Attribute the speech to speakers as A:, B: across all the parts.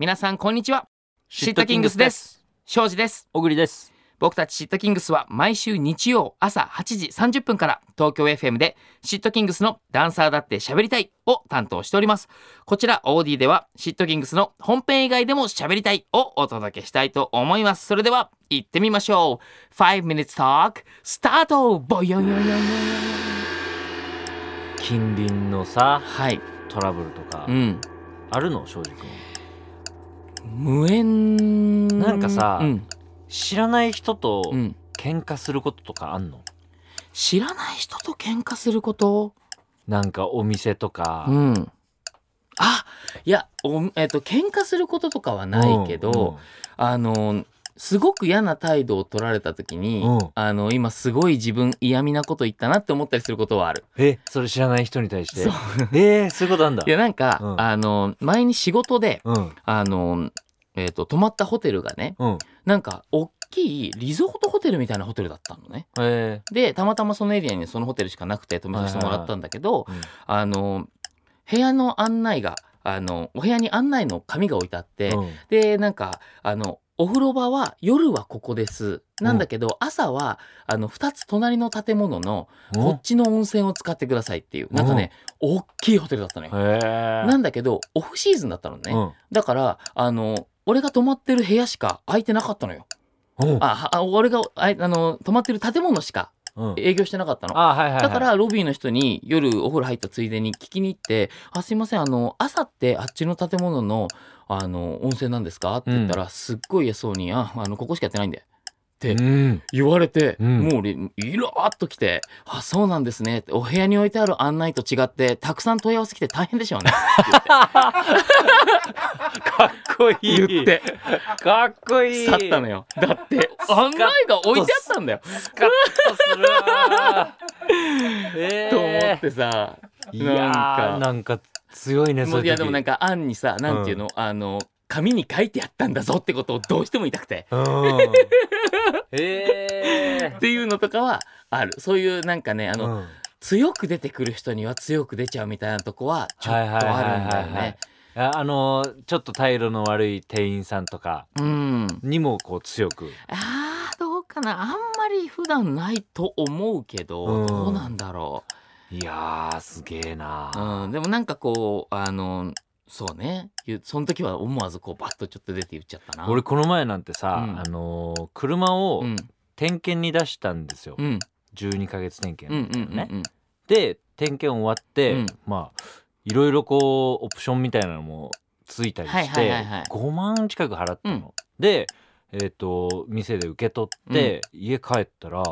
A: 皆さんこんにちはシットキングスです庄司です
B: 小栗です
A: 僕たちシットキングスは毎週日曜朝8時30分から東京 FM でシットキングスのダンサーだって喋りたいを担当しておりますこちら OD ではシットキングスの本編以外でも喋りたいをお届けしたいと思いますそれでは行ってみましょう5 minutes talk スタートボヨヨヨヨヨ
B: 近隣のさ
A: はい
B: トラブルとか
A: うん
B: あるの正直
A: 無縁
B: なんかさ
A: うん
B: 知らない人と
A: うん
B: 喧嘩することとかあんの
A: 知らない人と喧嘩すること
B: なんかお店とか
A: うん、あいやお、えっと喧嘩することとかはないけど、あのすごく嫌な態度を取られた時に、
B: うん
A: あの今すごい自分嫌味なこと言ったなって思ったりすることはある。
B: うんえそれ知らない人に対して
A: そう
B: えーそういうことなんだ
A: いやなんか、
B: うん
A: あの前に仕事で
B: うん
A: あの、えっと泊まったホテルがね
B: うん
A: なんか大きいリゾートホテルみたいなホテルだったのね。
B: え
A: でたまたまそのエリアにそのホテルしかなくて泊めさせてもらったんだけど、
B: ーうん
A: あの部屋の案内があのお部屋に案内の紙が置いてあって、
B: うん
A: でなんかあのお風呂場は夜はここですなんだけど、朝はあの2つ隣の建物のこっちの温泉を使ってくださいっていうなんかね大きいホテルだったのよ。
B: へえ
A: なんだけどオフシーズンだったのね、だからあの俺が泊まってる部屋しか空いてなかったのよ。
B: うんうん
A: あはあ俺があいあの泊まってる建物しか
B: うん
A: 営業してなかったの。
B: あはいはいはい
A: だからロビーの人に夜お風呂入ったついでに聞きに行って「あすいませんあの朝ってあっちの建物のあの温泉なんですか?」って言ったら、すっごい嫌そうに「ああのここしかやってないんで」って
B: うん
A: 言われて、
B: うん
A: もう俺イラーっときて「あそうなんですね」ってお部屋に置いてある案内と違ってたくさん問い合わせ来て大変でしょうね」
B: かっこい い
A: 言 って
B: かっこいい
A: 去ったのよだ って案内が置いてあった んだよ
B: スカッとするわーえー
A: と思ってさ
B: いやーなんか強いね
A: も
B: そうう
A: い
B: い
A: や
B: う時
A: でもなんか案にさなんていうの、あの紙に書いてあったんだぞってことをどうしても言いたくて
B: うんえ
A: っていうのとかはあるそういうなんかねあ
B: ー
A: の、
B: うん
A: 強く出てくる人には強く出ちゃうみたいなとこはちょっとあるんだよ
B: はいはいはいはいはい
A: ね
B: ああのーちょっと態度の悪い店員さんとか
A: うん
B: にもこう強く
A: あーどうかなあんまり普段ないと思うけど、
B: うん
A: どうなんだろ
B: いやーすげえな
A: う、うん、でもなんかこうあのそうねゆその時は思わずこうバッとちょっと出て言っちゃったな
B: 俺この前なんてさ、
A: うん
B: あのー車を
A: うん
B: 点検に出したんですよ、
A: うん
B: 12ヶ月点
A: うんうん
B: 検みたいなね、
A: うん
B: で点検終わって、
A: うん
B: まあいろいろこうオプションみたいなのもついたりして、
A: はいはいはいはい
B: 5万近く払ったの。
A: うん
B: で、えっと店で受け取って、家帰ったら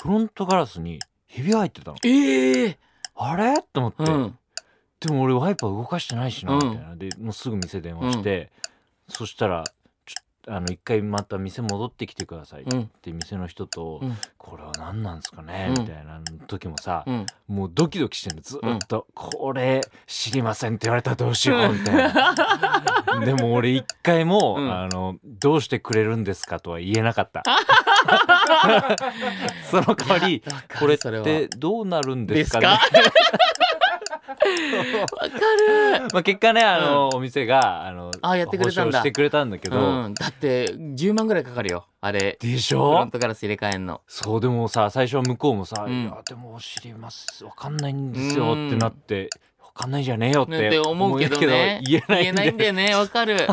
B: フロントガラスにひび入ってたの。
A: ええ
B: あれと思って、
A: ー、うん
B: でも俺ワイパー動かしてないしな
A: う
B: み
A: ん
B: たいな、でもうすぐ店電話して、そしたら「ちょあの一回また店戻ってきてください」っ
A: うん
B: て店の人と「
A: うん
B: これは何なんですかね
A: うん
B: みたいな時もさ、
A: うん
B: もうドキドキしてんのずーっと、これ知りませんって言われたらどうしようみたい なでも俺一回も、
A: うん
B: あのどうしてくれるんですかとは言えなかった その代わり
A: いやわかる
B: これっ
A: そは
B: てどうなるんで
A: ですす
B: か
A: か
B: ね
A: わかる、
B: まあ結果ねあの、お店があの
A: あやってくれたんだ
B: 保証してくれたんだけど、
A: うん、だって10万ぐらいかかるよあれ
B: でし
A: フロ
B: ょ
A: ントガラス入れ替えんの
B: そうでもさ最初は向こうもさ「
A: うん
B: いやでも知りますわかんないんですよ」ってなって「わかんないじゃねえよ」っ
A: ね
B: て
A: って思うけどね
B: 言えない
A: 言えないんだよねわかる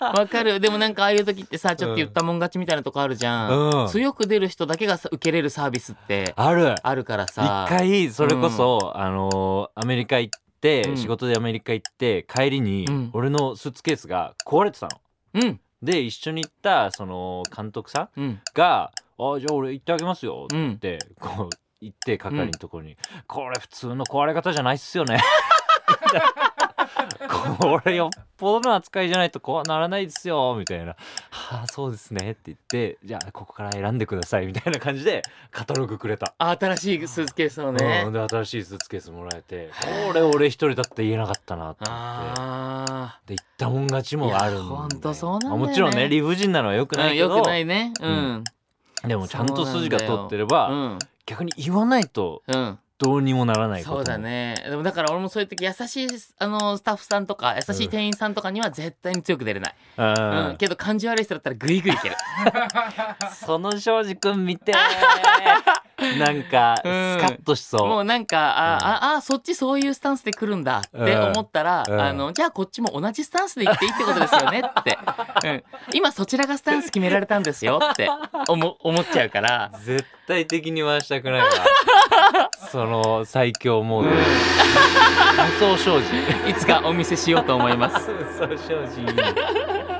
A: わかるでもなんかああいう時ってさちょっと言ったもん勝ちみたいなとこあるじゃん、
B: うん
A: 強く出る人だけがさ受けれるサービスって
B: ある
A: あるからさ
B: 一回それこそ、あのーアメリカ行って、
A: うん
B: 仕事でアメリカ行って帰りに、
A: うん
B: 俺のスーツケースが壊れてたの。
A: うん
B: で一緒に行ったその監督さん
A: うん
B: が「あじゃあ俺行ってあげますよ」
A: う
B: っ
A: ん
B: て、こう行って係のところに、これ普通の壊れ方じゃないっすよね」 これよっぽどの扱いじゃないとこうならないですよ」みたいな「はあそうですね」って言って「じゃあここから選んでください」みたいな感じでカタログくれた。
A: 新しいスーツケースをね、
B: うん、で新しいスーツケースもらえてこれ俺一人だって言えなかったなって思って
A: あ
B: で行ったもん勝ちもあるんだよ
A: いやほんとそうなんだよね
B: まあもちろんね理不尽なのはよく
A: あ、
B: な
A: う
B: い
A: ん、
B: けど、
A: よくないねうん
B: でもちゃんと筋が通ってれ
A: う
B: ば、
A: ん
B: 逆に言わないと
A: うん
B: どうにもならないこと
A: そうだねでもだから俺もそういう時優しいあのスタッフさんとか優しい店員さんとかには絶対に強く出れない、うん
B: あー
A: けど感じ悪い人だったらグイグイいける
B: その庄司君 見てなんかス
A: うん
B: カッとし
A: も
B: そう
A: うなんかあ、ああそっちそういうスタンスで来るんだって思ったら、
B: うん
A: あのじゃあこっちも同じスタンスで行っていいってことですよね って、うん、今そちらがスタンス決められたんですよって思思っちゃうから
B: 絶対的に回したく ないわその最強モード無双庄司
A: いつかお見せしようと思います
B: 無双庄司いいね